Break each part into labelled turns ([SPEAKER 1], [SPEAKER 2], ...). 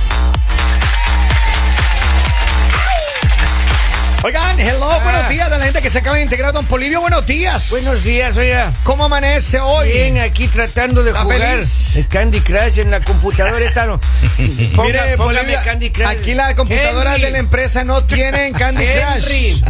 [SPEAKER 1] Ah.
[SPEAKER 2] que se acaba de integrar, don Polivio. Buenos días.
[SPEAKER 1] Buenos días, oiga.
[SPEAKER 2] ¿Cómo amanece hoy?
[SPEAKER 1] Bien, aquí tratando de
[SPEAKER 2] ¿Está
[SPEAKER 1] jugar
[SPEAKER 2] feliz?
[SPEAKER 1] el Candy Crush en la computadora esa no. Ponga-
[SPEAKER 2] Mire,
[SPEAKER 1] póngame
[SPEAKER 2] Polivio,
[SPEAKER 1] Candy Crush.
[SPEAKER 2] aquí las computadoras
[SPEAKER 1] Henry,
[SPEAKER 2] de la empresa no tienen em-, Candy Crush.
[SPEAKER 1] Henry,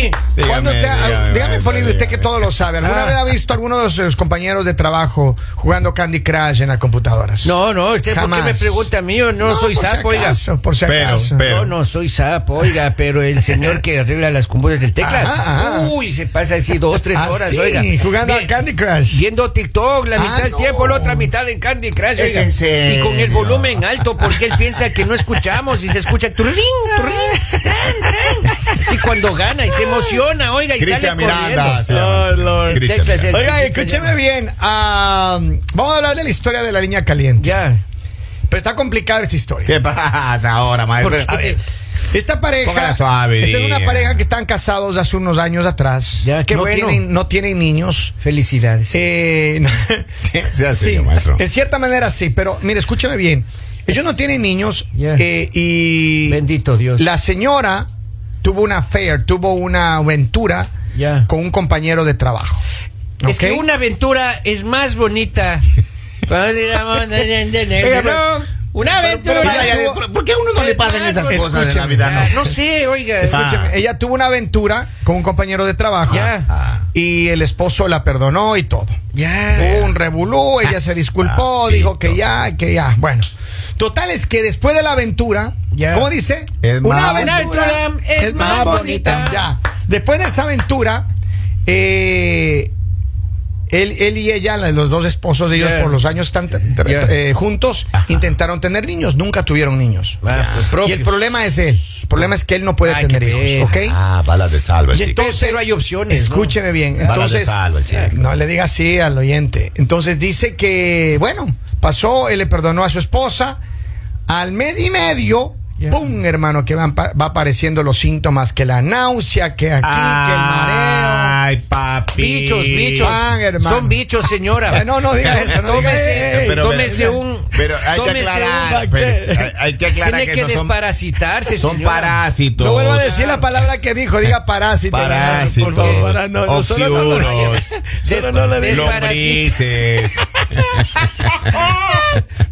[SPEAKER 1] Henry.
[SPEAKER 2] ¿Cuándo usted,
[SPEAKER 3] Dígame,
[SPEAKER 2] ah,
[SPEAKER 3] dígame,
[SPEAKER 2] dígame, Polivio, usted que
[SPEAKER 3] dígame.
[SPEAKER 2] todo lo sabe, ¿alguna
[SPEAKER 1] Ah.
[SPEAKER 2] vez ha visto a alguno de sus compañeros de trabajo jugando Candy Crush en las computadoras?
[SPEAKER 1] No, no, usted por
[SPEAKER 2] Jamás.
[SPEAKER 1] qué me pregunta a mí, yo no, soy
[SPEAKER 2] por si
[SPEAKER 1] sapo, oiga.
[SPEAKER 2] acaso, por si
[SPEAKER 3] Pero,
[SPEAKER 2] acaso.
[SPEAKER 3] pero-
[SPEAKER 1] No, no soy sapo, oiga, pero el señor que arregla las cumbres del teclas.
[SPEAKER 2] Ajá, ajá.
[SPEAKER 1] Uy, se pasa así dos, tres
[SPEAKER 2] Ah,
[SPEAKER 1] horas,
[SPEAKER 2] sí,
[SPEAKER 1] oiga.
[SPEAKER 2] jugando
[SPEAKER 1] Bien,
[SPEAKER 2] a Candy Crush.
[SPEAKER 1] Viendo TikTok la
[SPEAKER 2] Ah,
[SPEAKER 1] mitad del
[SPEAKER 2] no.
[SPEAKER 1] tiempo, la otra mitad en Candy Crush.
[SPEAKER 3] Es
[SPEAKER 1] oiga.
[SPEAKER 3] en serio.
[SPEAKER 1] Y con el volumen alto, porque él piensa que no escuchamos y se escucha turrín, turrín, tran, tran. Así cuando gana y se emociona, oiga, y
[SPEAKER 3] Cristian
[SPEAKER 1] sale
[SPEAKER 3] Miranda.
[SPEAKER 1] corriendo.
[SPEAKER 3] se llama.
[SPEAKER 2] Ay, Lord.
[SPEAKER 3] Cristian
[SPEAKER 1] Teclas,
[SPEAKER 3] Miranda.
[SPEAKER 1] el-
[SPEAKER 2] Oiga, escúcheme bien. ah, vamos a hablar de la historia de la línea caliente.
[SPEAKER 1] Ya.
[SPEAKER 2] Pero está complicada esta historia.
[SPEAKER 3] ¿Qué pasa ahora,
[SPEAKER 1] ¿Por
[SPEAKER 3] maestro?
[SPEAKER 1] qué?
[SPEAKER 3] A ver,
[SPEAKER 2] Esta pareja,
[SPEAKER 3] Póngala suave,
[SPEAKER 2] esta es una
[SPEAKER 3] diga.
[SPEAKER 2] pareja que están casados hace unos años atrás.
[SPEAKER 1] Ya, qué
[SPEAKER 2] no
[SPEAKER 1] bueno.
[SPEAKER 2] tienen, no tienen niños.
[SPEAKER 1] Felicidades.
[SPEAKER 2] Eh, no-
[SPEAKER 3] Sea
[SPEAKER 2] sí,
[SPEAKER 3] serio, maestro.
[SPEAKER 2] en cierta manera sí, pero mire, escúchame bien. Ellos no tienen niños
[SPEAKER 1] Ya.
[SPEAKER 2] eh, y
[SPEAKER 1] Bendito Dios.
[SPEAKER 2] la señora tuvo una affair, tuvo una aventura
[SPEAKER 1] Ya.
[SPEAKER 2] con un compañero de trabajo.
[SPEAKER 1] Es que
[SPEAKER 2] ¿Ok?
[SPEAKER 1] una aventura es más bonita. Cuando digamos, en el
[SPEAKER 2] Oiga,
[SPEAKER 1] reloj, una aventura.
[SPEAKER 3] Ya, ya, ya, ¿Por qué a uno no le pasan esas cosas en la
[SPEAKER 2] Escúcheme.
[SPEAKER 3] vida?
[SPEAKER 1] Ah,
[SPEAKER 3] No.
[SPEAKER 1] no sé, oiga.
[SPEAKER 2] Escúcheme,
[SPEAKER 3] Ah.
[SPEAKER 2] ella tuvo una aventura con un compañero de trabajo
[SPEAKER 1] Ya.
[SPEAKER 2] Ah. y el esposo la perdonó y todo.
[SPEAKER 1] Ya.
[SPEAKER 2] Hubo un revolú, ella se disculpó,
[SPEAKER 1] Ah,
[SPEAKER 3] Papito.
[SPEAKER 2] dijo que ya, que ya. Bueno, total es que después de la aventura,
[SPEAKER 1] Ya.
[SPEAKER 2] ¿cómo dice?
[SPEAKER 3] Es más-
[SPEAKER 1] aventura es más bonita.
[SPEAKER 2] Ya. Después de esa aventura, eh, él, él y ella, la- los dos esposos de ellos,
[SPEAKER 1] Ya.
[SPEAKER 2] por los años están tra- tra-
[SPEAKER 1] Ya.
[SPEAKER 2] eh, juntos,
[SPEAKER 3] Ajá.
[SPEAKER 2] intentaron tener niños, nunca tuvieron niños.
[SPEAKER 1] Ah, pues, propios.
[SPEAKER 2] Y el problema es él. El problema es que él no puede
[SPEAKER 1] Ay,
[SPEAKER 2] tener
[SPEAKER 1] qué
[SPEAKER 2] hijos, ¿ok?
[SPEAKER 1] pena.
[SPEAKER 3] Ah, balas de salva,
[SPEAKER 2] Y
[SPEAKER 3] chico.
[SPEAKER 2] entonces-
[SPEAKER 1] Pero hay opciones, ¿no?
[SPEAKER 2] Escúcheme bien.
[SPEAKER 3] Balas de
[SPEAKER 2] Entonces, eh,
[SPEAKER 3] salva, chico.
[SPEAKER 2] no le diga así al oyente. Entonces dice que, bueno, pasó, él le perdonó a su esposa. Al mes y medio,
[SPEAKER 1] Ya.
[SPEAKER 2] ¡pum! Hermano, que van pa- va apareciendo los síntomas: que la náusea, que aquí,
[SPEAKER 3] Ay, papi.
[SPEAKER 1] Bichos, bichos.
[SPEAKER 2] Pan, hermano.
[SPEAKER 1] Son bichos, señora.
[SPEAKER 2] Eh, no, no diga eso, no diga
[SPEAKER 1] Tómese,
[SPEAKER 2] eso.
[SPEAKER 3] Pero,
[SPEAKER 1] tómese
[SPEAKER 3] pero,
[SPEAKER 1] un.
[SPEAKER 3] Pero hay que
[SPEAKER 1] tómese
[SPEAKER 3] aclarar.
[SPEAKER 1] un-
[SPEAKER 3] espérese, hay- hay que aclarar
[SPEAKER 1] Tiene
[SPEAKER 3] que,
[SPEAKER 1] que
[SPEAKER 3] no son,
[SPEAKER 1] desparasitarse,
[SPEAKER 3] son
[SPEAKER 1] señora.
[SPEAKER 2] que el mareo.
[SPEAKER 3] parásitos.
[SPEAKER 2] No vuelva a decir la palabra que dijo, diga parásito.
[SPEAKER 3] Parásitos.
[SPEAKER 2] Por favor, para- no, no, solo no lo-
[SPEAKER 3] oxiuros,
[SPEAKER 2] solo no le diga.
[SPEAKER 3] Lombrices.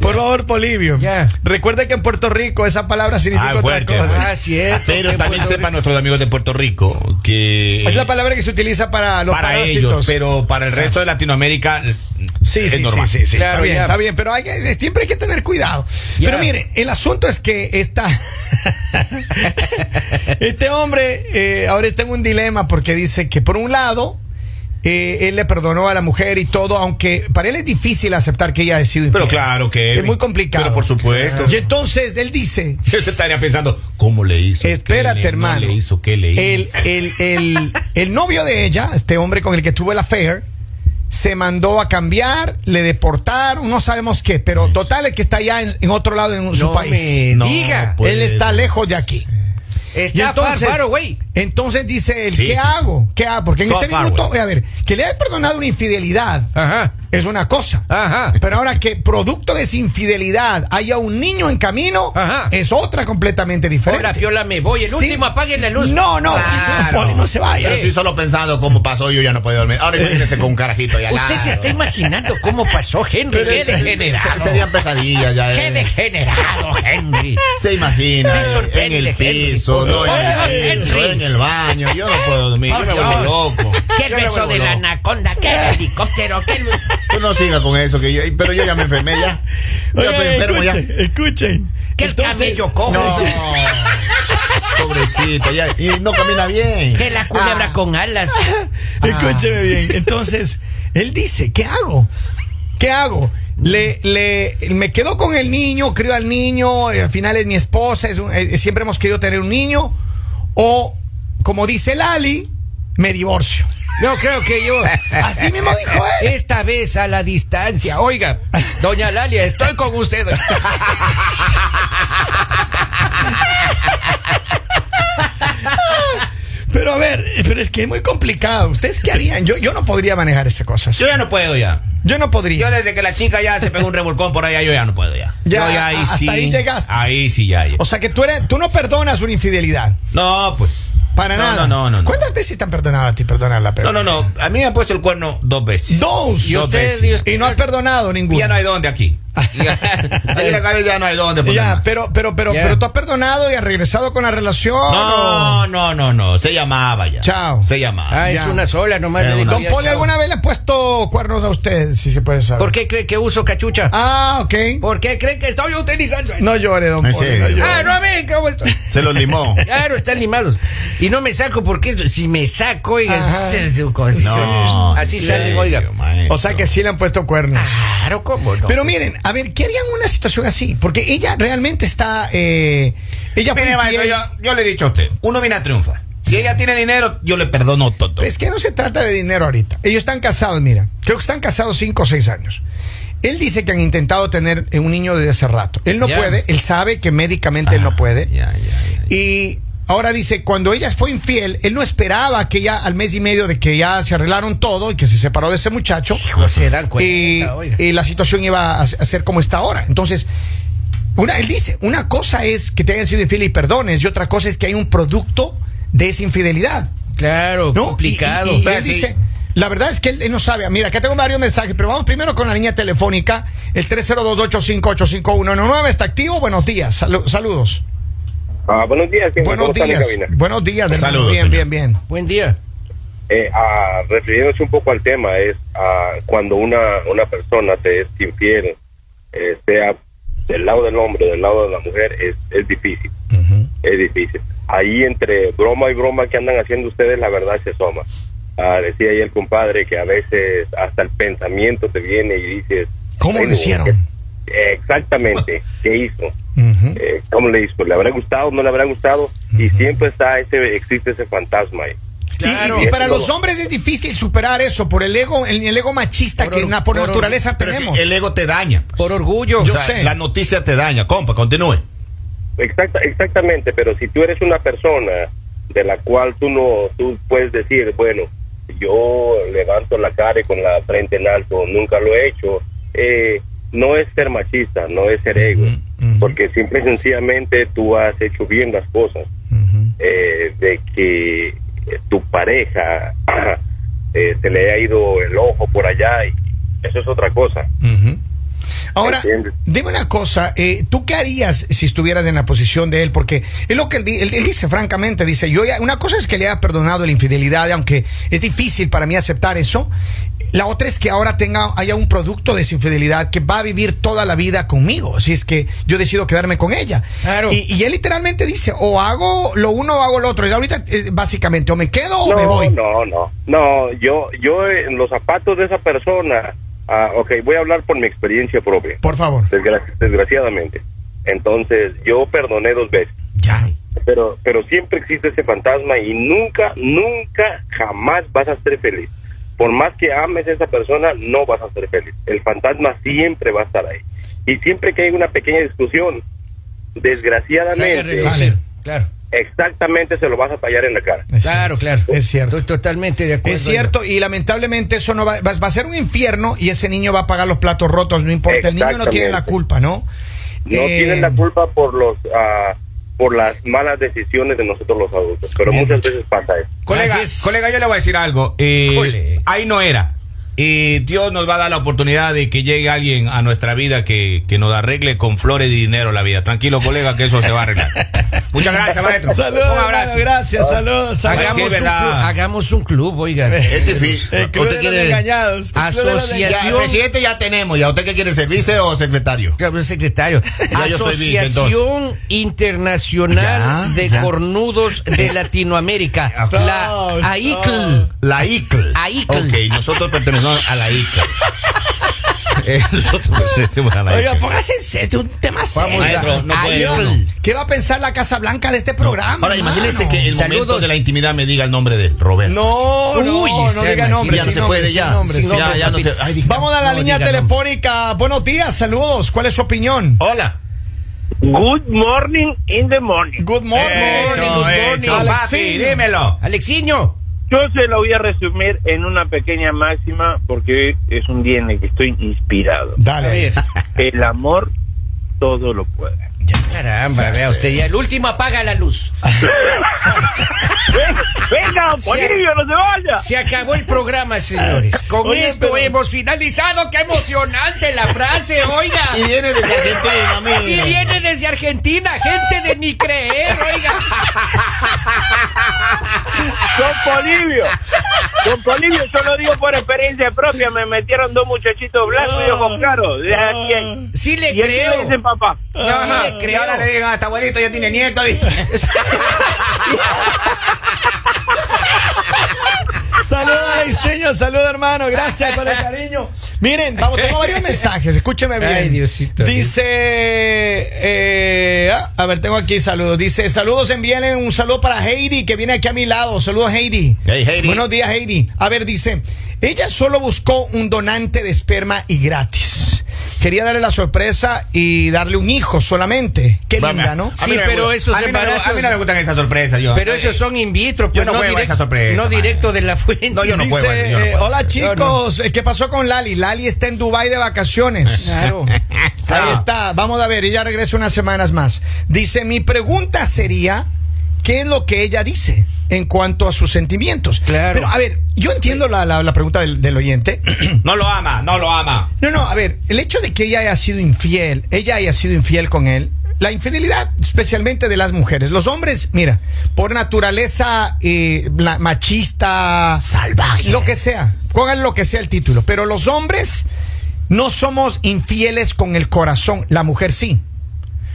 [SPEAKER 2] Por favor, Polivio.
[SPEAKER 1] Ya.
[SPEAKER 2] Recuerde que en Puerto Rico esa palabra significa
[SPEAKER 3] Ah,
[SPEAKER 2] otra
[SPEAKER 3] fuerte,
[SPEAKER 2] cosa.
[SPEAKER 3] fuerte.
[SPEAKER 1] Ah, cierto,
[SPEAKER 3] Pero
[SPEAKER 1] qué
[SPEAKER 3] también
[SPEAKER 1] bueno.
[SPEAKER 3] sepan nuestros amigos de Puerto Rico que
[SPEAKER 2] Es la palabra que se utiliza para los
[SPEAKER 3] para
[SPEAKER 2] parásitos.
[SPEAKER 3] ellos, pero para el resto de Latinoamérica
[SPEAKER 2] Sí,
[SPEAKER 3] es
[SPEAKER 2] sí,
[SPEAKER 3] normal.
[SPEAKER 2] sí, sí, sí.
[SPEAKER 1] Claro,
[SPEAKER 2] está bien,
[SPEAKER 1] ya.
[SPEAKER 2] está bien, pero hay que- eh, siempre hay que tener cuidado.
[SPEAKER 1] Ya.
[SPEAKER 2] Pero mire, el asunto es que está este hombre eh, ahora está en un dilema porque dice que por un lado eh, él le perdonó a la mujer y todo, aunque para él es difícil aceptar que ella ha sido
[SPEAKER 3] Pero
[SPEAKER 2] infiel.
[SPEAKER 3] claro que
[SPEAKER 2] es muy complicado.
[SPEAKER 3] Pero por supuesto.
[SPEAKER 2] Y entonces él dice,
[SPEAKER 3] Yo estaría pensando, ¿cómo le hizo? ¿Qué
[SPEAKER 2] Espérate,
[SPEAKER 3] le- no
[SPEAKER 2] hermano.
[SPEAKER 3] le hizo? ¿Qué le hizo?
[SPEAKER 2] El, el, el, el novio de ella, este hombre con el que tuvo el affair, se mandó a cambiar, le deportaron, no sabemos qué, pero total es que está allá en, en otro lado, en su
[SPEAKER 1] No
[SPEAKER 2] país.
[SPEAKER 1] me diga.
[SPEAKER 3] pues.
[SPEAKER 2] Él está lejos de aquí. Y
[SPEAKER 1] Está far, faro, güey.
[SPEAKER 2] entonces dice él,
[SPEAKER 3] Sí,
[SPEAKER 2] ¿qué
[SPEAKER 3] sí, sí.
[SPEAKER 2] hago? ¿Qué hago? Porque en
[SPEAKER 3] So
[SPEAKER 2] este
[SPEAKER 3] far
[SPEAKER 2] minuto,
[SPEAKER 3] away.
[SPEAKER 2] a ver, que le hayas perdonado una infidelidad
[SPEAKER 1] Ajá.
[SPEAKER 2] es una cosa.
[SPEAKER 3] Ah.
[SPEAKER 1] Ajá.
[SPEAKER 2] Pero ahora que producto de esa infidelidad haya un niño en camino,
[SPEAKER 1] Ajá.
[SPEAKER 2] es otra completamente diferente.
[SPEAKER 1] Ahora, piola, me voy. El
[SPEAKER 2] Sí.
[SPEAKER 1] último, apague la luz.
[SPEAKER 2] No, no,
[SPEAKER 3] Claro.
[SPEAKER 2] Poli, no se vaya.
[SPEAKER 3] Pero sí, solo pensando cómo pasó, yo ya no podía dormir. Ahora imagínese con un carajito ya.
[SPEAKER 1] Usted se está imaginando cómo pasó Henry. Qué degenerado.
[SPEAKER 3] Serían pesadillas ya.
[SPEAKER 1] Qué
[SPEAKER 3] eh.
[SPEAKER 1] degenerado, Henry.
[SPEAKER 3] Se imagina
[SPEAKER 1] Me
[SPEAKER 3] eh, en
[SPEAKER 1] sorprende,
[SPEAKER 3] el
[SPEAKER 1] Henry.
[SPEAKER 3] piso, no en
[SPEAKER 1] Por
[SPEAKER 3] el
[SPEAKER 1] Dios,
[SPEAKER 3] piso,
[SPEAKER 1] Henry.
[SPEAKER 3] en el baño. Yo no puedo dormir, yo
[SPEAKER 1] Por
[SPEAKER 3] me vuelvo
[SPEAKER 1] Dios.
[SPEAKER 3] loco.
[SPEAKER 1] Qué el
[SPEAKER 3] Yo me
[SPEAKER 1] beso
[SPEAKER 3] vuelvo
[SPEAKER 1] de la
[SPEAKER 3] loco.
[SPEAKER 1] anaconda, qué el helicóptero, qué luz.
[SPEAKER 3] Tú no sigas con eso, que yo, pero yo ya me enfermé ya. Yo ya
[SPEAKER 2] Oigan,
[SPEAKER 3] estoy enfermo ya.
[SPEAKER 2] escuchen, escuchen.
[SPEAKER 1] Que el camello cojo.
[SPEAKER 3] No. Pobrecita, ya. Y no camina bien.
[SPEAKER 1] Que la culebra
[SPEAKER 3] Ah,
[SPEAKER 1] con alas.
[SPEAKER 4] Ah.
[SPEAKER 2] Escúcheme bien. Entonces, él dice, ¿qué hago? ¿Qué hago? Le, le, me quedo con el niño, crío al niño, eh, al final es mi esposa, es un- eh, siempre hemos querido tener un niño. O, como dice Lali, me divorcio.
[SPEAKER 1] No, creo que yo.
[SPEAKER 2] Así mismo dijo él.
[SPEAKER 1] Esta vez a la distancia. Oiga, doña Lalia, estoy con usted.
[SPEAKER 2] Pero a ver, pero es que es muy complicado. ¿Ustedes qué harían? Yo, yo no podría manejar esas cosas.
[SPEAKER 3] Yo ya no puedo ya.
[SPEAKER 2] Yo no podría.
[SPEAKER 3] Yo desde que la chica ya se pegó un revolcón por allá, yo ya no puedo ya.
[SPEAKER 2] Ya,
[SPEAKER 3] Yo ahí
[SPEAKER 2] hasta ahí llegaste.
[SPEAKER 3] Ahí sí ya. ya.
[SPEAKER 2] O sea que tú, eres, tú no perdonas una infidelidad.
[SPEAKER 3] No, pues.
[SPEAKER 2] Para
[SPEAKER 4] No, no,
[SPEAKER 2] nada.
[SPEAKER 4] no, no, no.
[SPEAKER 2] ¿Cuántas veces te han perdonado a ti perdonar la
[SPEAKER 4] No,
[SPEAKER 2] pregunta?
[SPEAKER 4] no, no. A mí me han puesto el cuerno dos veces.
[SPEAKER 2] Dos.
[SPEAKER 1] Y
[SPEAKER 4] Dos
[SPEAKER 1] usted,
[SPEAKER 4] veces.
[SPEAKER 1] Dios-
[SPEAKER 2] Y no has perdonado ninguno.
[SPEAKER 4] Ya no hay dónde aquí.
[SPEAKER 3] Ahí la cabeza ya no hay dónde poner
[SPEAKER 2] Ya,
[SPEAKER 3] más.
[SPEAKER 2] pero, pero, pero,
[SPEAKER 1] Ya.
[SPEAKER 2] pero tú has perdonado y has regresado con la relación. o-
[SPEAKER 4] No, no, no, no. Se llamaba ya.
[SPEAKER 2] Chao.
[SPEAKER 4] Se llamaba.
[SPEAKER 1] Ah, es
[SPEAKER 2] Ya.
[SPEAKER 1] una sola nomás.
[SPEAKER 4] Ya,
[SPEAKER 1] le dijo,
[SPEAKER 4] una.
[SPEAKER 2] Don
[SPEAKER 1] ya,
[SPEAKER 2] Poli,
[SPEAKER 1] chao.
[SPEAKER 2] ¿alguna vez le ha puesto cuernos a usted? Si se puede saber.
[SPEAKER 1] ¿Por qué cree que uso cachucha?
[SPEAKER 2] Ah, ok.
[SPEAKER 1] ¿Por qué cree que estoy utilizando?
[SPEAKER 2] No llore, don
[SPEAKER 3] En
[SPEAKER 2] Poli.
[SPEAKER 3] serio.
[SPEAKER 2] No llore.
[SPEAKER 1] Ah, no, a ver, ¿cómo estoy?
[SPEAKER 3] Se los limó.
[SPEAKER 1] Claro, están limados. Y no me saco porque esto- si me saco, oiga,
[SPEAKER 2] Ajá.
[SPEAKER 1] se- se- se-
[SPEAKER 4] No.
[SPEAKER 1] así
[SPEAKER 4] en
[SPEAKER 1] salen,
[SPEAKER 4] serio,
[SPEAKER 1] oiga.
[SPEAKER 4] maestro.
[SPEAKER 2] O sea que sí le han puesto cuernos.
[SPEAKER 1] Claro, ¿cómo Ah, no?
[SPEAKER 2] Pero miren, a ver, ¿qué harían en una situación así? Porque ella realmente está. eh, ella fue
[SPEAKER 4] Mire, maestro,
[SPEAKER 2] infiel.
[SPEAKER 4] yo, yo le he dicho a usted, uno viene a triunfa. Si ella tiene dinero, yo le perdono todo.
[SPEAKER 2] Es que no se trata de dinero ahorita. Ellos están casados, mira. Creo que están casados 5 o 6 años. Él dice que han intentado tener eh, un niño desde hace rato. Él no
[SPEAKER 1] Ya. Ah,
[SPEAKER 2] puede, él sabe que médicamente él no puede.
[SPEAKER 4] Ya, ya, ya.
[SPEAKER 2] Y ahora dice, cuando ella fue infiel, él no esperaba que ya al mes y medio de que ya se arreglaron todo y que se separó de ese muchacho,
[SPEAKER 1] Hijo, se dan
[SPEAKER 2] y,
[SPEAKER 1] cuenta, oiga.
[SPEAKER 2] y la situación iba a s- a ser como está ahora. Entonces, una, él dice, una cosa es que te hayan sido infiel y perdones, y otra cosa es que hay un producto de esa infidelidad.
[SPEAKER 1] Claro,
[SPEAKER 2] ¿no?
[SPEAKER 1] complicado. Pues,
[SPEAKER 2] Y- y- y él
[SPEAKER 1] Sí.
[SPEAKER 2] dice, la verdad es que él, él no sabe. Mira, acá tengo varios mensajes, pero vamos primero con la línea telefónica. El 302-858-5119 está activo. Buenos días. salu- saludos.
[SPEAKER 5] Ah, buenos días, señor.
[SPEAKER 2] Buenos
[SPEAKER 5] ¿Cómo está mi
[SPEAKER 2] días.
[SPEAKER 5] cabina?
[SPEAKER 2] Buenos días. del-
[SPEAKER 3] Saludos,
[SPEAKER 2] Bien,
[SPEAKER 3] señor.
[SPEAKER 2] bien, bien.
[SPEAKER 1] Buen día.
[SPEAKER 5] Eh, ah, refiriéndose un poco al tema, es ah, cuando una, una persona te es infiel, eh, sea del lado del hombre, del lado de la mujer, es, es difícil. Es difícil. Ahí entre broma y broma que andan haciendo ustedes, la verdad se asoma. Ah, decía ahí el compadre que a veces hasta el pensamiento te viene y dices...
[SPEAKER 2] ¿Cómo lo
[SPEAKER 5] "Ay,
[SPEAKER 2] hicieron?"
[SPEAKER 5] ¿qué- Exactamente, ¿qué hizo?
[SPEAKER 2] Ujú.
[SPEAKER 5] Eh, ¿Cómo le hizo? ¿Le habrá gustado? ¿No le habrá gustado? Y siempre está ese, existe ese fantasma ahí.
[SPEAKER 2] Y-
[SPEAKER 1] Claro.
[SPEAKER 2] Y, y para los hombres es difícil superar eso por el ego, el, el ego machista
[SPEAKER 1] Por
[SPEAKER 2] que
[SPEAKER 1] or-
[SPEAKER 2] na- por,
[SPEAKER 1] por or-
[SPEAKER 2] naturaleza
[SPEAKER 4] Pero es que
[SPEAKER 2] tenemos.
[SPEAKER 4] el ego te daña. pues.
[SPEAKER 1] Por orgullo.
[SPEAKER 2] Yo
[SPEAKER 4] O sea,
[SPEAKER 2] sé.
[SPEAKER 4] La noticia te daña, compa, continúe.
[SPEAKER 5] Exacta, exactamente, pero si tú eres una persona de la cual tú no tú puedes decir, bueno, yo levanto la cara y con la frente en alto, nunca lo he hecho, eh, no es ser machista, no es ser ego, porque simple y sencillamente tú has hecho bien las cosas, eh, de que tu pareja eh, se le ha ido el ojo por allá, y eso es otra cosa.
[SPEAKER 2] Ahora,
[SPEAKER 5] Entiendo.
[SPEAKER 2] dime una cosa, eh, ¿tú qué harías si estuvieras en la posición de él? Porque es lo que él, di- él- él dice, francamente, dice, yo ya- una cosa es que le haya perdonado la infidelidad, aunque es difícil para mí aceptar eso. La otra es que ahora tenga, haya un producto de esa infidelidad que va a vivir toda la vida conmigo, si es que yo decido quedarme con ella.
[SPEAKER 1] Claro.
[SPEAKER 2] Y, y él literalmente dice, o hago lo uno o hago lo otro. Y ahorita, eh, básicamente, o me quedo o me voy.
[SPEAKER 5] No, no, no. Yo, yo en los zapatos de esa persona, ah, ok, voy a hablar por mi experiencia propia,
[SPEAKER 2] Por favor.
[SPEAKER 5] desgra- desgraciadamente. Entonces, yo perdoné dos veces,
[SPEAKER 2] Ya.
[SPEAKER 5] pero, pero siempre existe ese fantasma y nunca, nunca, jamás vas a ser feliz. Por más que ames a esa persona, no vas a ser feliz. El fantasma siempre va a estar ahí. Y siempre que hay una pequeña discusión,
[SPEAKER 1] Sale a
[SPEAKER 5] desgraciadamente,
[SPEAKER 1] reducir. Claro.
[SPEAKER 5] exactamente se lo vas a tallar en la cara.
[SPEAKER 1] Claro, claro.
[SPEAKER 2] Es cierto.
[SPEAKER 1] Estoy totalmente de acuerdo.
[SPEAKER 2] Es cierto, y lamentablemente eso no va, va, va a ser un infierno y ese niño va a pagar los platos rotos, no importa. El niño no tiene la
[SPEAKER 5] Exactamente.
[SPEAKER 2] culpa, ¿no?
[SPEAKER 5] no
[SPEAKER 2] Eh,
[SPEAKER 5] tienen la culpa por los ah, por las malas decisiones de nosotros los adultos pero
[SPEAKER 2] Bien
[SPEAKER 5] muchas
[SPEAKER 2] dicho.
[SPEAKER 5] veces pasa eso
[SPEAKER 4] Colega,
[SPEAKER 1] Así es.
[SPEAKER 4] colega, yo le voy a decir algo. Eh,
[SPEAKER 1] Cole.
[SPEAKER 4] ahí no era. Y Dios nos va a dar la oportunidad de que llegue alguien a nuestra vida que, que nos arregle con flores y dinero la vida. Tranquilo, colega, que eso se va a arreglar. Muchas gracias, maestro.
[SPEAKER 2] Saludos,
[SPEAKER 4] Un abrazo.
[SPEAKER 2] hermano, gracias, saludos. saludos.
[SPEAKER 4] Ay,
[SPEAKER 1] Hagamos,
[SPEAKER 4] sí,
[SPEAKER 1] un club,
[SPEAKER 4] ¿verdad?
[SPEAKER 1] hagamos un club, oiga.
[SPEAKER 3] Es difícil.
[SPEAKER 2] El club de los engañados.
[SPEAKER 1] Ah,
[SPEAKER 2] el club de los
[SPEAKER 1] Asocia-
[SPEAKER 2] engañados.
[SPEAKER 3] Ya, presidente ya tenemos. ¿Ya usted qué quiere ser vice o secretario?
[SPEAKER 1] Claro, secretario.
[SPEAKER 3] Ya yo soy vice,
[SPEAKER 1] Asociación Internacional
[SPEAKER 3] Ya,
[SPEAKER 1] de
[SPEAKER 3] ya.
[SPEAKER 1] Cornudos de Latinoamérica.
[SPEAKER 2] Stop,
[SPEAKER 1] la
[SPEAKER 2] stop.
[SPEAKER 1] AICL.
[SPEAKER 3] La ICL.
[SPEAKER 1] A ICL.
[SPEAKER 4] Ok, nosotros pertenecemos a la ICL. Eh, nosotros pertenecemos a la
[SPEAKER 2] Oiga,
[SPEAKER 4] ICL.
[SPEAKER 2] póngase en serio, un tema serio.
[SPEAKER 4] maestro, no puede
[SPEAKER 1] AICL.
[SPEAKER 4] uno.
[SPEAKER 2] ¿Qué va a pensar la Casa Blanca de este programa?
[SPEAKER 4] Ahora, imagínese
[SPEAKER 2] hermano?
[SPEAKER 4] que el momento
[SPEAKER 1] Saludos.
[SPEAKER 4] de la intimidad me diga el nombre de Roberto.
[SPEAKER 2] No, no,
[SPEAKER 1] Uy,
[SPEAKER 2] no
[SPEAKER 1] se
[SPEAKER 2] diga
[SPEAKER 1] me-
[SPEAKER 2] nombre.
[SPEAKER 4] ya no
[SPEAKER 2] sin
[SPEAKER 4] se
[SPEAKER 2] nombre,
[SPEAKER 4] puede
[SPEAKER 2] sin
[SPEAKER 4] ya.
[SPEAKER 2] nombre, sin
[SPEAKER 4] ya,
[SPEAKER 2] nombre,
[SPEAKER 4] ya no
[SPEAKER 2] papi.
[SPEAKER 4] se. ay, diga-
[SPEAKER 2] Vamos a la
[SPEAKER 1] No
[SPEAKER 2] línea
[SPEAKER 1] diga nombres.
[SPEAKER 2] telefónica. Buenos días, saludos. ¿Cuál es su opinión?
[SPEAKER 4] Hola.
[SPEAKER 6] Good morning in the morning.
[SPEAKER 2] Good morning.
[SPEAKER 4] Eso,
[SPEAKER 2] Good morning.
[SPEAKER 4] eso, papi,
[SPEAKER 2] Alexis.
[SPEAKER 4] dímelo.
[SPEAKER 1] Alexiño.
[SPEAKER 6] Yo se lo voy a resumir en una pequeña máxima porque hoy es un día en el que estoy inspirado.
[SPEAKER 2] Dale.
[SPEAKER 1] A ver.
[SPEAKER 6] El amor todo lo puede.
[SPEAKER 1] Caramba, vea usted ya. El último apaga la luz.
[SPEAKER 6] ¡Venga, Polillo, no se vaya!
[SPEAKER 1] Se acabó el programa, señores. Con
[SPEAKER 2] Oye,
[SPEAKER 1] esto
[SPEAKER 2] pero-
[SPEAKER 1] hemos finalizado. ¡Qué emocionante la frase, oiga!
[SPEAKER 3] Y viene desde Argentina, amigo.
[SPEAKER 1] Y viene desde Argentina, gente de ni creer, oiga.
[SPEAKER 6] Don Polivio, Don Polivio, yo lo digo por experiencia propia, me metieron dos muchachitos blancos y ojos claros. De aquí hay-
[SPEAKER 1] Ah. Sí le
[SPEAKER 6] ¿Y el que
[SPEAKER 1] creo.
[SPEAKER 6] le dicen papá?
[SPEAKER 3] Ajá.
[SPEAKER 1] Sí le
[SPEAKER 3] Y
[SPEAKER 1] creo.
[SPEAKER 3] ahora le digan, hasta abuelito ya tiene nieto, dice.
[SPEAKER 2] Saludos, Alexeño. Saludos, hermano. Gracias por el cariño. Miren, vamos, tengo varios mensajes. Escúcheme bien.
[SPEAKER 1] Ay, Diosito.
[SPEAKER 2] Dice. eh, ah, a ver, tengo aquí saludos. Dice: Saludos, envíenle un saludo para Heidi, que viene aquí a mi lado. Saludos, Heidi.
[SPEAKER 3] Hey, Heidi.
[SPEAKER 2] Buenos días, Heidi. A ver, dice: Ella solo buscó un donante de esperma y gratis. Quería darle la sorpresa y darle un hijo solamente. Qué
[SPEAKER 3] Vamos.
[SPEAKER 2] linda, ¿no?
[SPEAKER 3] A mí
[SPEAKER 1] Sí,
[SPEAKER 3] me
[SPEAKER 1] pero
[SPEAKER 3] gusta-
[SPEAKER 1] esos
[SPEAKER 3] a mí no me-
[SPEAKER 1] embarazos-
[SPEAKER 3] A mí no me gustan esas sorpresas, yo.
[SPEAKER 1] Pero esos son in vitro,
[SPEAKER 3] Yo
[SPEAKER 1] pues
[SPEAKER 3] no
[SPEAKER 1] no,
[SPEAKER 3] juego a
[SPEAKER 1] direct-
[SPEAKER 3] esa sorpresa,
[SPEAKER 1] no
[SPEAKER 3] man.
[SPEAKER 1] directo de la fuente.
[SPEAKER 3] No, yo no
[SPEAKER 2] Dice,
[SPEAKER 3] juego, yo no
[SPEAKER 2] eh,
[SPEAKER 3] juego.
[SPEAKER 2] hola
[SPEAKER 1] Yo no.
[SPEAKER 2] chicos, Eh, ¿qué pasó con Lali? Lali está en Dubai de vacaciones.
[SPEAKER 1] Claro.
[SPEAKER 2] Ahí
[SPEAKER 3] Ah.
[SPEAKER 2] está, vamos a ver, ella regresa unas semanas más. Dice, mi pregunta sería, ¿qué es lo que ella dice en cuanto a sus sentimientos?
[SPEAKER 1] Claro.
[SPEAKER 2] Pero, a ver, yo entiendo la, la- la pregunta del, del oyente.
[SPEAKER 4] No lo ama, no lo ama.
[SPEAKER 2] No, no, a ver, el hecho de que ella haya sido infiel, ella haya sido infiel con él, la infidelidad especialmente de las mujeres. Los hombres, mira, por naturaleza eh, la- machista, salvaje, lo que sea, pongan lo que sea el título, pero los hombres no somos infieles con el corazón, la mujer sí.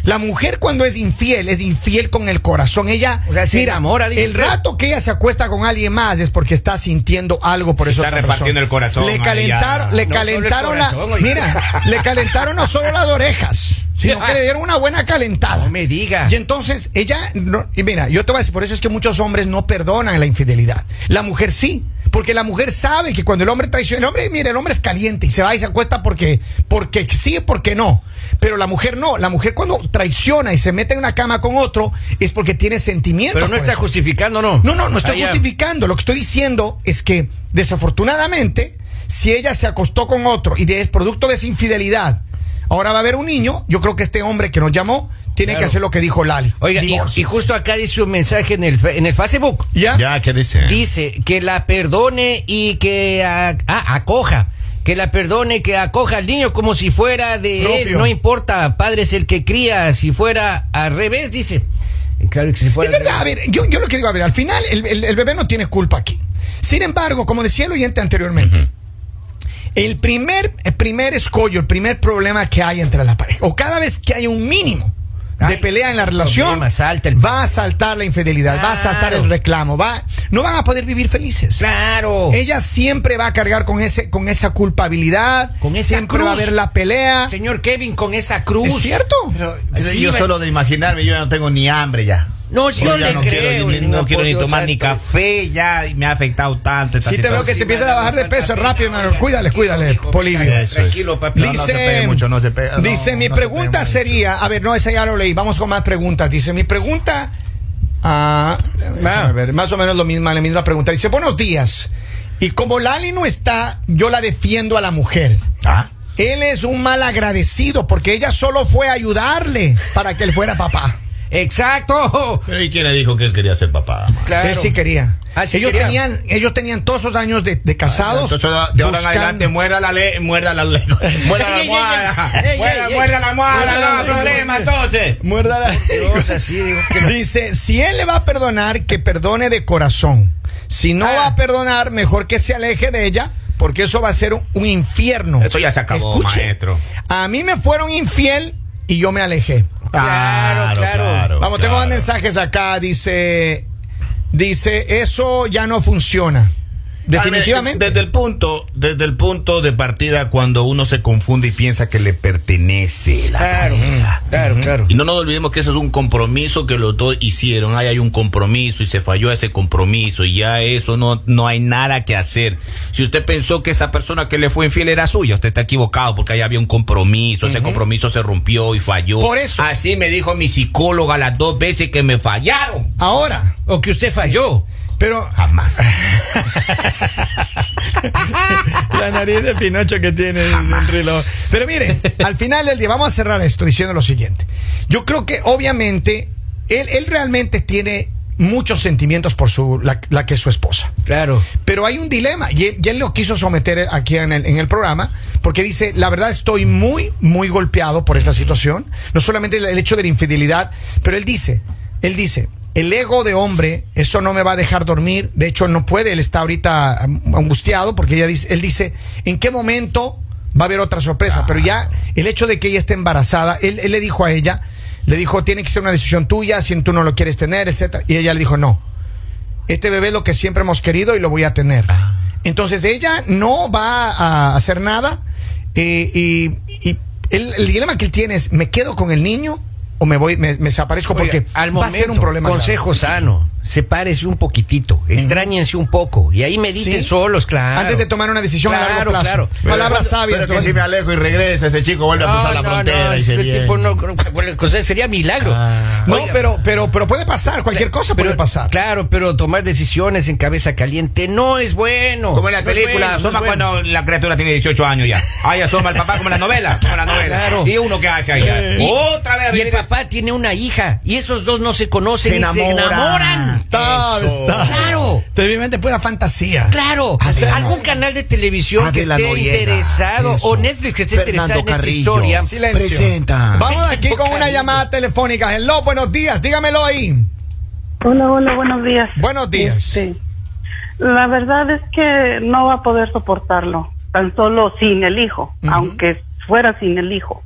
[SPEAKER 2] La mujer cuando es infiel, es infiel con el corazón. Ella,
[SPEAKER 1] O sea, se
[SPEAKER 2] mira,
[SPEAKER 1] enamora, dice
[SPEAKER 2] el
[SPEAKER 1] usted.
[SPEAKER 2] rato que ella se acuesta con alguien más es porque está sintiendo algo por
[SPEAKER 4] Se
[SPEAKER 2] eso.
[SPEAKER 4] está repartiendo el corazón,
[SPEAKER 2] Le
[SPEAKER 4] madre,
[SPEAKER 2] calentaron,
[SPEAKER 4] ya.
[SPEAKER 2] le
[SPEAKER 1] No solo el
[SPEAKER 2] calentaron la-
[SPEAKER 1] corazón, oiga.
[SPEAKER 2] mira, le calentaron no solo las orejas, sino que le dieron una buena calentada.
[SPEAKER 1] No me diga.
[SPEAKER 2] Y entonces ella, no- y mira, yo te voy a decir, por eso es que muchos hombres no perdonan la infidelidad. La mujer sí, porque la mujer sabe que cuando el hombre traiciona, el hombre, mira, el hombre es caliente y se va y se acuesta porque, porque sí, porque no. Pero la mujer no, la mujer cuando traiciona y se mete en una cama con otro es porque tiene sentimientos.
[SPEAKER 1] Pero no
[SPEAKER 2] por
[SPEAKER 1] está
[SPEAKER 2] eso.
[SPEAKER 1] justificando, ¿no?
[SPEAKER 2] No, no, no estoy
[SPEAKER 1] Ah, ya.
[SPEAKER 2] justificando. Lo que estoy diciendo es que, desafortunadamente, si ella se acostó con otro y de- es producto de esa infidelidad, ahora va a haber un niño. Yo creo que este hombre que nos llamó tiene
[SPEAKER 1] Claro.
[SPEAKER 2] que hacer lo que dijo Lali.
[SPEAKER 1] Oiga, y,
[SPEAKER 2] Divorcio.
[SPEAKER 1] y justo acá dice un mensaje en el, fe- en el Facebook.
[SPEAKER 2] ¿Ya?
[SPEAKER 3] ¿qué dice?
[SPEAKER 1] Dice que la perdone y que a- ah, acoja. Que la perdone, que acoja al niño como si fuera de él.
[SPEAKER 2] Propio.
[SPEAKER 1] No importa, padre es el que cría. Si fuera al revés, dice. Y Claro que si fuera
[SPEAKER 2] Es
[SPEAKER 1] al
[SPEAKER 2] verdad, a
[SPEAKER 1] revés.
[SPEAKER 2] ver, yo, yo lo que digo, a ver, al final el, el- el bebé no tiene culpa aquí. Sin embargo, como decía el oyente anteriormente, el, primer, el primer escollo, el primer problema que hay entre la pareja, o cada vez que hay un mínimo de
[SPEAKER 1] Ay,
[SPEAKER 2] pelea en la
[SPEAKER 1] el
[SPEAKER 2] relación,
[SPEAKER 1] problema, salta el-
[SPEAKER 2] va a saltar la infidelidad, va a saltar
[SPEAKER 1] Claro.
[SPEAKER 2] el reclamo, va, no van a poder vivir felices.
[SPEAKER 1] Claro.
[SPEAKER 2] Ella siempre va a cargar con, ese, con esa culpabilidad,
[SPEAKER 1] Con esa
[SPEAKER 2] siempre va a
[SPEAKER 1] cruz.
[SPEAKER 2] haber la pelea.
[SPEAKER 1] Señor Kevin con esa cruz.
[SPEAKER 2] ¿Es cierto?
[SPEAKER 3] Pero,
[SPEAKER 1] Así
[SPEAKER 3] yo
[SPEAKER 1] va-
[SPEAKER 3] solo de imaginarme, yo ya no tengo ni hambre ya.
[SPEAKER 1] No, Pues yo
[SPEAKER 3] ya
[SPEAKER 1] le
[SPEAKER 3] no
[SPEAKER 1] creo,
[SPEAKER 3] quiero, ni,
[SPEAKER 1] niño,
[SPEAKER 3] no
[SPEAKER 1] por
[SPEAKER 3] quiero ni
[SPEAKER 1] Dios
[SPEAKER 3] tomar ni
[SPEAKER 1] santo.
[SPEAKER 3] café ya y me ha afectado tanto. esta
[SPEAKER 2] Sí te veo que
[SPEAKER 3] situación.
[SPEAKER 2] te empiezas a bajar de peso rápido, hermano. Cuídale, cuídale, Polivio.
[SPEAKER 1] Tranquilo, papi.
[SPEAKER 3] No, no
[SPEAKER 2] Dice,
[SPEAKER 3] se pegue mucho, no se pegue, no,
[SPEAKER 2] dice mi
[SPEAKER 3] no se pegue
[SPEAKER 2] pregunta
[SPEAKER 3] mucho.
[SPEAKER 2] sería, a ver, no, esa ya lo leí, vamos con más preguntas. Dice, mi pregunta, ah, a ver, más o menos lo misma, la misma pregunta. Dice, buenos días. Y como Lali no está, yo la defiendo a la mujer.
[SPEAKER 3] Ah,
[SPEAKER 2] Él es un mal agradecido porque ella solo fue a ayudarle para que él fuera papá.
[SPEAKER 1] Exacto.
[SPEAKER 3] Pero ¿y quién le dijo que él quería ser papá?
[SPEAKER 1] Claro.
[SPEAKER 2] Él sí quería.
[SPEAKER 1] Ah, sí
[SPEAKER 2] ellos,
[SPEAKER 1] quería.
[SPEAKER 2] Tenían, ellos tenían todos esos años de, de casados.
[SPEAKER 3] Ah, Entonces, de ahora en
[SPEAKER 2] buscando-
[SPEAKER 3] adelante, muerda la ley, muerda la ley. Muerda la
[SPEAKER 1] Ey, ey, ey.
[SPEAKER 3] almohada.
[SPEAKER 1] Ey, ey,
[SPEAKER 3] Muerda-
[SPEAKER 1] ey. Muerda
[SPEAKER 3] Muerda la
[SPEAKER 1] la
[SPEAKER 3] almohada, no hay
[SPEAKER 1] almohada.
[SPEAKER 3] problema entonces.
[SPEAKER 2] Muerda la-
[SPEAKER 1] Dios, así, digo, que no-
[SPEAKER 2] Dice, si él le va a perdonar, que perdone de corazón. Si no
[SPEAKER 1] Ah.
[SPEAKER 2] va a perdonar, mejor que se aleje de ella, porque eso va a ser un, un infierno.
[SPEAKER 4] Eso ya se acabó,
[SPEAKER 2] Escuche,
[SPEAKER 4] maestro.
[SPEAKER 2] A mí me fueron infiel y yo me alejé.
[SPEAKER 1] Claro, claro.
[SPEAKER 2] Vamos, tengo más mensajes acá. Dice, dice, eso ya no funciona. Definitivamente.
[SPEAKER 3] Ahora, Desde el punto, desde el punto de partida cuando uno se confunde y piensa que le pertenece la
[SPEAKER 1] Claro,
[SPEAKER 3] pareja.
[SPEAKER 1] claro, claro.
[SPEAKER 4] Y no nos olvidemos que eso es un compromiso que los dos hicieron. Ahí hay un compromiso y se falló ese compromiso. Y ya eso no, no hay nada que hacer. Si usted pensó que esa persona que le fue infiel era suya, usted está equivocado porque ahí había un compromiso. Ese compromiso se rompió y falló.
[SPEAKER 2] Por eso.
[SPEAKER 4] Así me dijo mi psicóloga las dos veces que me fallaron.
[SPEAKER 2] Ahora,
[SPEAKER 1] O que usted falló.
[SPEAKER 2] Pero
[SPEAKER 4] Jamás.
[SPEAKER 2] la nariz de Pinocho que tiene Henry Lobo. Pero miren, al final del día, vamos a cerrar esto diciendo lo siguiente. Yo creo que obviamente él, él realmente tiene muchos sentimientos por su la, la que es su esposa.
[SPEAKER 1] Claro.
[SPEAKER 2] Pero hay un dilema y él, y él lo quiso someter aquí en el, en el programa porque dice, la verdad estoy muy, muy golpeado por esta situación. No solamente el- el hecho de la infidelidad, pero él dice, él dice, el ego de hombre, eso no me va a dejar dormir. De hecho, no puede, él está ahorita am- angustiado porque ella dice, él dice, ¿en qué momento va a haber otra sorpresa? Pero ya el hecho de que ella esté embarazada, él, él le dijo a ella, le dijo, tiene que ser una decisión tuya, si tú no lo quieres tener, etcétera. Y ella le dijo, no este bebé es lo que siempre hemos querido y lo voy a tener.
[SPEAKER 1] Ah.
[SPEAKER 2] Entonces ella no va a hacer nada eh, y, y el, el dilema que él tiene es, ¿me quedo con el niño o me voy, me, me desaparezco?
[SPEAKER 1] Oiga,
[SPEAKER 2] Porque va a ser un problema. grave.
[SPEAKER 1] Consejo sano, sepárese un poquitito, extrañense un poco y ahí mediten
[SPEAKER 2] Sí.
[SPEAKER 1] solos, claro.
[SPEAKER 2] Antes de tomar una decisión a largo
[SPEAKER 1] Claro,
[SPEAKER 2] plazo.
[SPEAKER 1] claro.
[SPEAKER 2] Palabras sabias.
[SPEAKER 3] Pero que
[SPEAKER 2] Don-
[SPEAKER 3] si me alejo y regresa, ese chico vuelve a cruzar la frontera y se
[SPEAKER 1] ese
[SPEAKER 3] viene.
[SPEAKER 1] tipo no- cualquier cosa, sería milagro.
[SPEAKER 2] Ah. No,
[SPEAKER 1] Ah. Oiga,
[SPEAKER 2] pero, pero, pero puede pasar, cualquier cosa puede
[SPEAKER 1] pero-
[SPEAKER 2] pasar.
[SPEAKER 1] Claro, pero tomar decisiones en cabeza caliente no es bueno.
[SPEAKER 4] Como en la
[SPEAKER 1] No es bueno,
[SPEAKER 4] película,
[SPEAKER 1] no es
[SPEAKER 4] asoma
[SPEAKER 1] bueno.
[SPEAKER 4] cuando la criatura tiene 18 años ya. Ahí asoma el papá como en la novela, como en la novela.
[SPEAKER 1] Claro.
[SPEAKER 4] Y uno que hace allá.
[SPEAKER 1] Y-
[SPEAKER 4] Otra vez a
[SPEAKER 1] Y el
[SPEAKER 4] vivir ese-
[SPEAKER 1] papá tiene una hija y esos dos no se conocen
[SPEAKER 4] Se
[SPEAKER 1] y se
[SPEAKER 4] enamoran.
[SPEAKER 1] enamoran.
[SPEAKER 2] Está, está.
[SPEAKER 1] Claro.
[SPEAKER 2] Terriblemente pura fantasía.
[SPEAKER 1] Claro,
[SPEAKER 3] Adela
[SPEAKER 1] algún
[SPEAKER 3] Noriega.
[SPEAKER 1] canal de televisión
[SPEAKER 3] Adela
[SPEAKER 1] que esté
[SPEAKER 3] Noriega,
[SPEAKER 1] interesado
[SPEAKER 3] eso.
[SPEAKER 1] o Netflix que esté interesado
[SPEAKER 3] Fernando
[SPEAKER 1] en esta
[SPEAKER 3] Carrillo.
[SPEAKER 1] historia.
[SPEAKER 2] Silencio.
[SPEAKER 3] Presenta.
[SPEAKER 2] Vamos aquí con una
[SPEAKER 1] Cariño.
[SPEAKER 2] llamada telefónica. Hello, buenos días. Dígamelo ahí.
[SPEAKER 7] Hola, hola, buenos días.
[SPEAKER 2] Buenos días.
[SPEAKER 7] Este, la verdad es que no va a poder soportarlo, tan solo sin el hijo,
[SPEAKER 2] Ujú.
[SPEAKER 7] aunque fuera sin el hijo.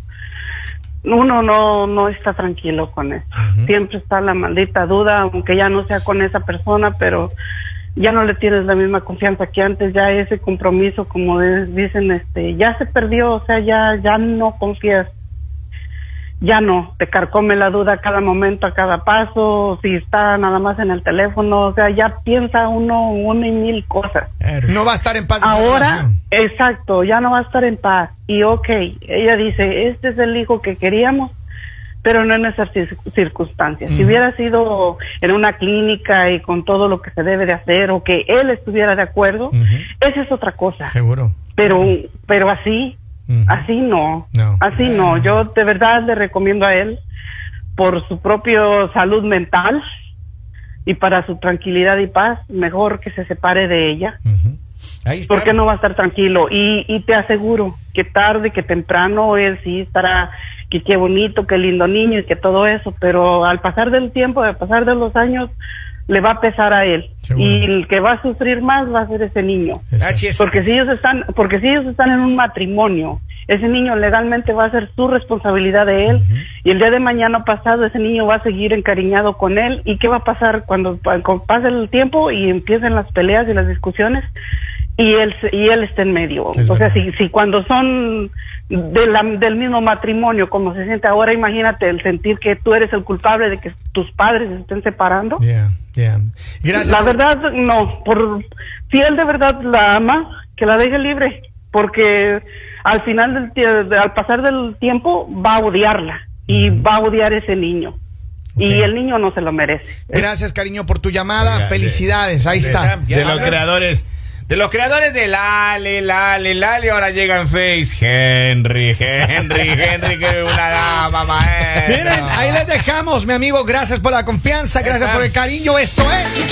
[SPEAKER 7] Uno no, no está tranquilo con eso. Siempre está la maldita duda, aunque ya no sea con esa persona, pero ya no le tienes la misma confianza que antes, ya ese compromiso, como de- dicen, este, ya se perdió, o sea, ya, ya no confías ya no, te carcome la duda a cada momento, a cada paso, si está nada más en el teléfono, o sea, ya piensa uno una y mil cosas.
[SPEAKER 2] No va a estar en paz. esa
[SPEAKER 7] Ahora,
[SPEAKER 2] relación.
[SPEAKER 7] exacto, ya no va a estar en paz. Y ok, ella dice, este es el hijo que queríamos, pero no en esas cir- circunstancias. Si hubiera sido en una clínica y con todo lo que se debe de hacer o que él estuviera de acuerdo, esa es otra cosa.
[SPEAKER 2] Seguro.
[SPEAKER 7] Pero, pero así,
[SPEAKER 2] Ujú.
[SPEAKER 7] así no,
[SPEAKER 2] No.
[SPEAKER 7] así no. Yo de verdad le recomiendo a él por su propia salud mental y para su tranquilidad y paz, mejor que se separe de ella,
[SPEAKER 2] Ujú.
[SPEAKER 1] Ahí está.
[SPEAKER 7] porque no va a estar tranquilo. Y, y te aseguro que tarde que temprano él sí estará, que qué bonito, qué lindo niño y que todo eso, pero al pasar del tiempo, al pasar de los años, le va a pesar a él.
[SPEAKER 2] Seguro.
[SPEAKER 7] Y el que va a sufrir más va a ser ese niño.
[SPEAKER 2] Ah,
[SPEAKER 1] Así es.
[SPEAKER 7] Porque si ellos están, porque si ellos están en un matrimonio, ese niño legalmente va a ser su responsabilidad de él y el día de mañana pasado ese niño va a seguir encariñado con él y qué va a pasar cuando, pa- cu- pase el tiempo y empiecen las peleas y las discusiones y él se- y él está en medio.
[SPEAKER 2] Es
[SPEAKER 7] o sea,
[SPEAKER 2] verdad.
[SPEAKER 7] si, si cuando son de la- del mismo matrimonio como se siente ahora, imagínate el sentir que tú eres el culpable de que tus padres se estén separando.
[SPEAKER 2] Yeah, yeah. Gracias.
[SPEAKER 7] La
[SPEAKER 2] por-
[SPEAKER 7] verdad, no. Por, si él de verdad la ama, que la deje libre, porque al final, del, tie- de- al pasar del tiempo, va a odiarla y va a odiar ese niño. Y
[SPEAKER 2] Ok.
[SPEAKER 7] el niño no se lo merece.
[SPEAKER 2] Gracias, cariño, por tu llamada.
[SPEAKER 3] Oiga,
[SPEAKER 2] Felicidades. Ahí está.
[SPEAKER 1] Ya,
[SPEAKER 4] de los
[SPEAKER 1] ya.
[SPEAKER 4] creadores. De los creadores de Lale, Lale, Lale, ahora llegan Face. Henry, Henry, Henry, que es una dama, maestro.
[SPEAKER 2] Miren, ahí les dejamos, mi amigo. Gracias por la confianza. Gracias por el cariño. Esto es.